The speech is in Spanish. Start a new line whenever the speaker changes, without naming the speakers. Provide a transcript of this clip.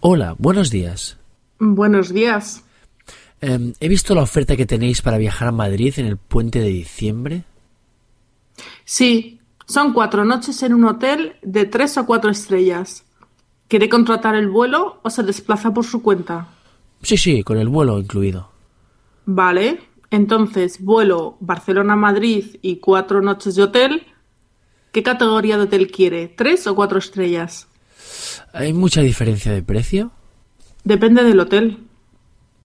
Hola, buenos días.
Buenos días.
Em, he visto la oferta que tenéis para viajar a Madrid en el puente de diciembre.
Sí, son cuatro noches en un hotel de tres o cuatro estrellas. ¿Quiere contratar el vuelo o se desplaza por su cuenta?
Sí, sí, con el vuelo incluido.
Vale, entonces vuelo Barcelona-Madrid y cuatro noches de hotel. ¿Qué categoría de hotel quiere? ¿Tres o cuatro estrellas?
¿Hay mucha diferencia de precio?
Depende del hotel.